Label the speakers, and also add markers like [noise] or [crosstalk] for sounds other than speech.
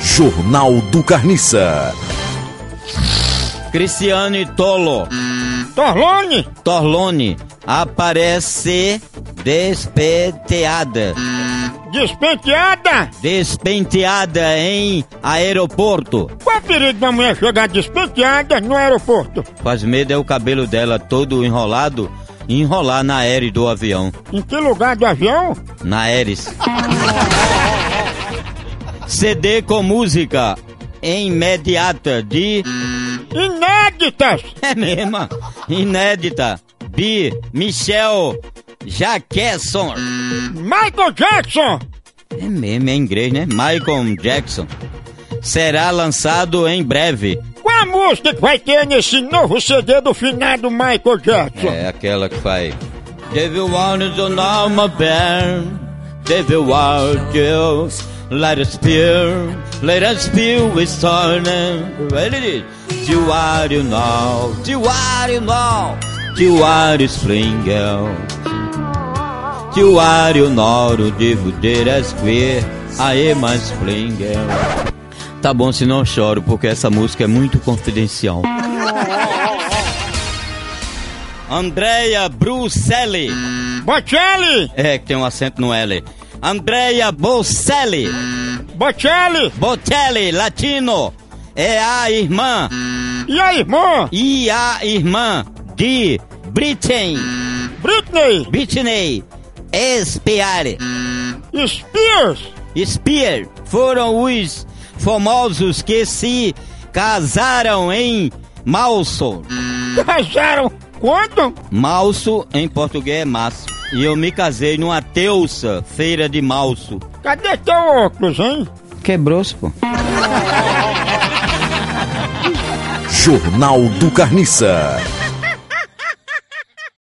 Speaker 1: Jornal do Carniça.
Speaker 2: Cristiano e Tolo.
Speaker 3: Torlone!
Speaker 2: Torlone aparece despenteada.
Speaker 3: Despenteada!
Speaker 2: Despenteada em aeroporto.
Speaker 3: Qual é o perigo da mulher chegar despenteada no aeroporto?
Speaker 2: Faz medo é o cabelo dela todo enrolado e enrolar na hélice do avião.
Speaker 3: Em que lugar do avião?
Speaker 2: Na [laughs] hélice. CD com música imediata de.
Speaker 3: Inéditas!
Speaker 2: É mesmo? Inédita de Michel Jackson.
Speaker 3: Michael Jackson!
Speaker 2: É mesmo, é em inglês, né? Michael Jackson. Será lançado em breve.
Speaker 3: Qual a música que vai ter nesse novo CD do finado Michael Jackson?
Speaker 2: É aquela que faz. Teve o ano do Norma Bern, teve o áudio, let us feel, let us feel with turning. Ready? Do are you now? Do are you now? Do are you single? Do are you now? Devo ter as queer, I am a springer. Tá bom se não choro, porque essa música é muito confidencial. Andrea Bruselli.
Speaker 3: Bocelli!
Speaker 2: É, que tem um acento no L. Andrea Bocelli.
Speaker 3: Bocelli!
Speaker 2: Bocelli, latino. É a irmã.
Speaker 3: E a irmã?
Speaker 2: E a irmã de Britney.
Speaker 3: Britney!
Speaker 2: Britney. Espiare.
Speaker 3: Spears!
Speaker 2: Spear. Foram os famosos que se casaram em Malso.
Speaker 3: Casaram quando?
Speaker 2: Malso em português é março. E eu me casei numa terça feira de Malso.
Speaker 3: Cadê teu óculos, hein?
Speaker 2: Quebrou-se, pô.
Speaker 1: Jornal do Carniça.